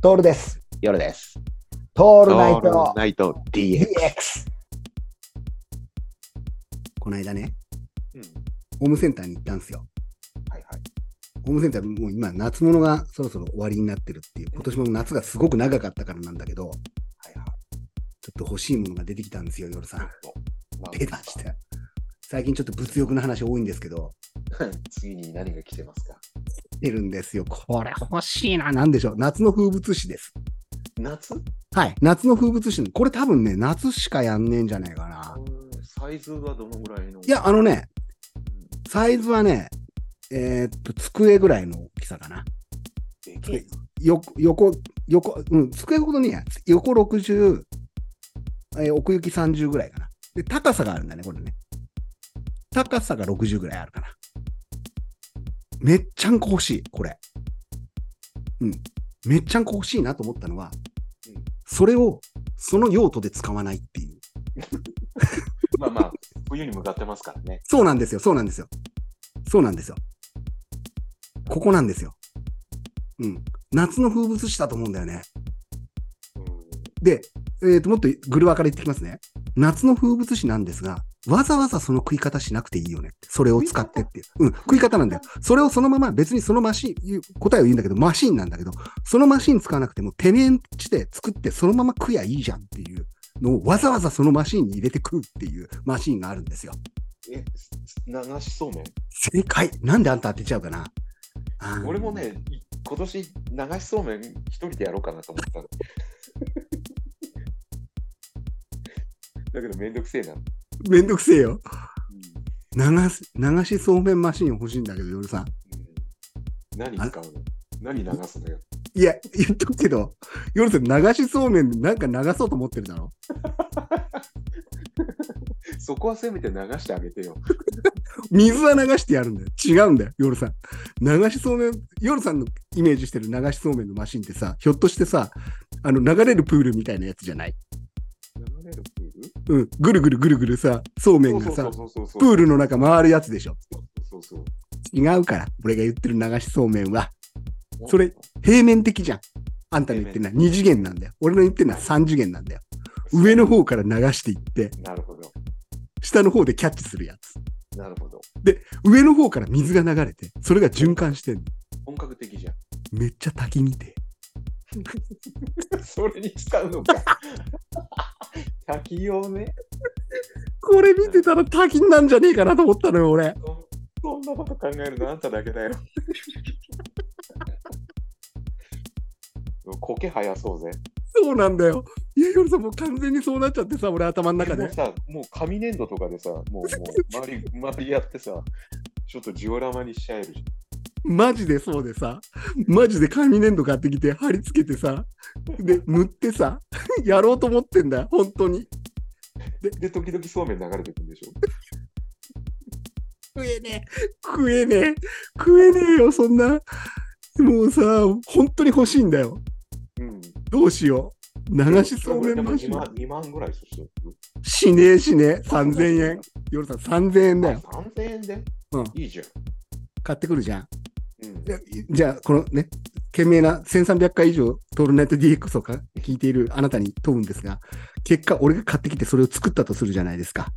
トールです。夜です。トオールナイトナイト DX。 DX。この間ね、うんホームセンターに行ったんですよ。はいはい。ホームセンターもう今夏物がそろそろ終わりになってるっていう、今年も夏がすごく長かったからなんだけど、はいはちょっと欲しいものが出てきたんですよ、夜さん。い。ま あ出ました。最近ちょっと物欲の話多いんですけど、 次に何が来てますか出るんですよ。これ欲しいな。なんでしょう。夏の風物詩です。夏はい。夏の風物詩。これ多分ね、夏しかやんねえんじゃないかな。サイズはどのぐらいのいや、あのね、うんサイズはね、えーっと、机ぐらいの大きさかな。でけえなよ横、横、うん、机ほどに横60、えー奥行き30ぐらいかな。で、高さがあるんだね、これね。高さが60ぐらいあるかな。めっちゃんこ欲しい、これ。うん。めっちゃんこ欲しいなと思ったのはうん、それを、その用途で使わないっていう。まあまあ、冬に向かってますからね。そうなんですよ、そうなんですよ。そうなんですよ。ここなんですよ。うん。夏の風物詩だと思うんだよね。うんで、えー、ともっとグルワから言ってきますね。夏の風物詩なんですが、わざわざその食い方しなくていいよねって。それを使ってっていう。うん、食い方なんだよ。それをそのまま、別にそのマシン、答えを言うんだけど、マシンなんだけど、そのマシン使わなくても、手面地で作って、そのまま食やいいじゃんっていうのを、わざわざそのマシンに入れて食うっていうマシンがあるんですよ。え、す流しそうめん正解なんであんた当てちゃうかなあー俺もね、い今年流しそうめん一人でやろうかなと思ったの。 だけどめんどくせえな。めんどくせえよ。流す、流しそうめんマシン欲しいんだけど、夜さん。うん何使うの何流すのよ。いや、言っとくけど、夜さん流しそうめんでなんか流そうと思ってるだろそこはせめて流してあげてよ。水は流してやるんだよ。違うんだよ、夜さん。流しそうめん、夜さんのイメージしてる流しそうめんのマシンってさ、ひょっとしてさ、あの流れるプールみたいなやつじゃない流れるプールうん、ぐるぐるぐるぐるさ、そうめんがさ、そうそうそうそうプールの中回るやつでしょ。そうそうそう違うから、俺が言ってる流しそうめんは、それ平面的じゃん。あんたの言ってるのは2次元なんだよ。俺の言ってるのは3次元なんだよ。上の方から流していって、なるほど下の方でキャッチするやつ。なるほど上の方から水が流れて、それが循環してんの。本格的じゃん めっちゃ滝見て。それに使うのか 滝用ねこれ見てたら滝になんじゃねえかなと思ったのよ、俺。そんなこと考えるのあんただけだよ 苔生やそうぜそうなんだよ。いや、夜さんもう完全にそうなっちゃってさ、俺頭の中もうで。さもう紙粘土とかでさもうもう周り周りやってさちょっとジオラマにしちゃえるじマジでそうでさ、マジで紙粘土買ってきて貼り付けてさ、で、塗ってさ、 やろうと思ってんだよ、本当に。ゃんで時々そうめん流れてくんでしょ食えねえ。食えねえ。食えねえよ、そんな。もうさ、本当に欲しいんだよ。うんどうしよう。流しそうめんマシ2ン。万 ,2 万ぐらいそしてしねえしねえ。3000円。夜さん3000円だよ。あ3000円で、うんいいじゃん。買ってくるじゃん。うんじゃじゃあ、このね、懸命な1300回以上、トールナイト DX をか聞いているあなたに問うんですが、結果、俺が買ってきてそれを作ったとするじゃないですか。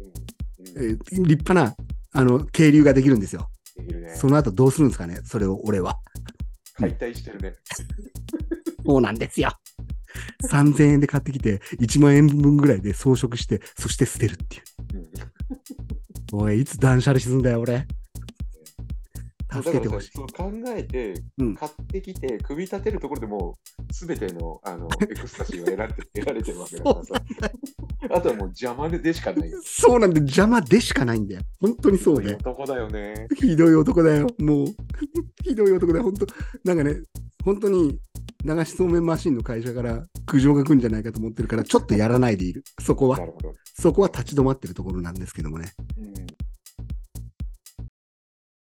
えうーん立派な、あの、渓流ができるんですよ。できるねその後どうするんですかね、それを俺は。解体してるね。そうなんですよ。3000円で買ってきて、1万円分ぐらいで装飾して、そして捨てるっていう。うんおい、いつ断捨離するんだよ、俺。だ助けてかほらしいさ。そう考えてうん、買ってきて、組み立てるところでもう、すべての あのエクスタシーが得られて得られてるわけだからさ。あとはもう邪魔でしかないよ。そうなんで、邪魔でしかないんだよ。本当にそういいで。男だよね。ひどい男だよ、もう。 ひどい男だよ、本当なんかね、本当に流しそうめんマシンの会社から苦情が来るんじゃないかと思ってるから、ちょっとやらないでいる。そこはな、るほど。そこは立ち止まってるところなんですけどもね。う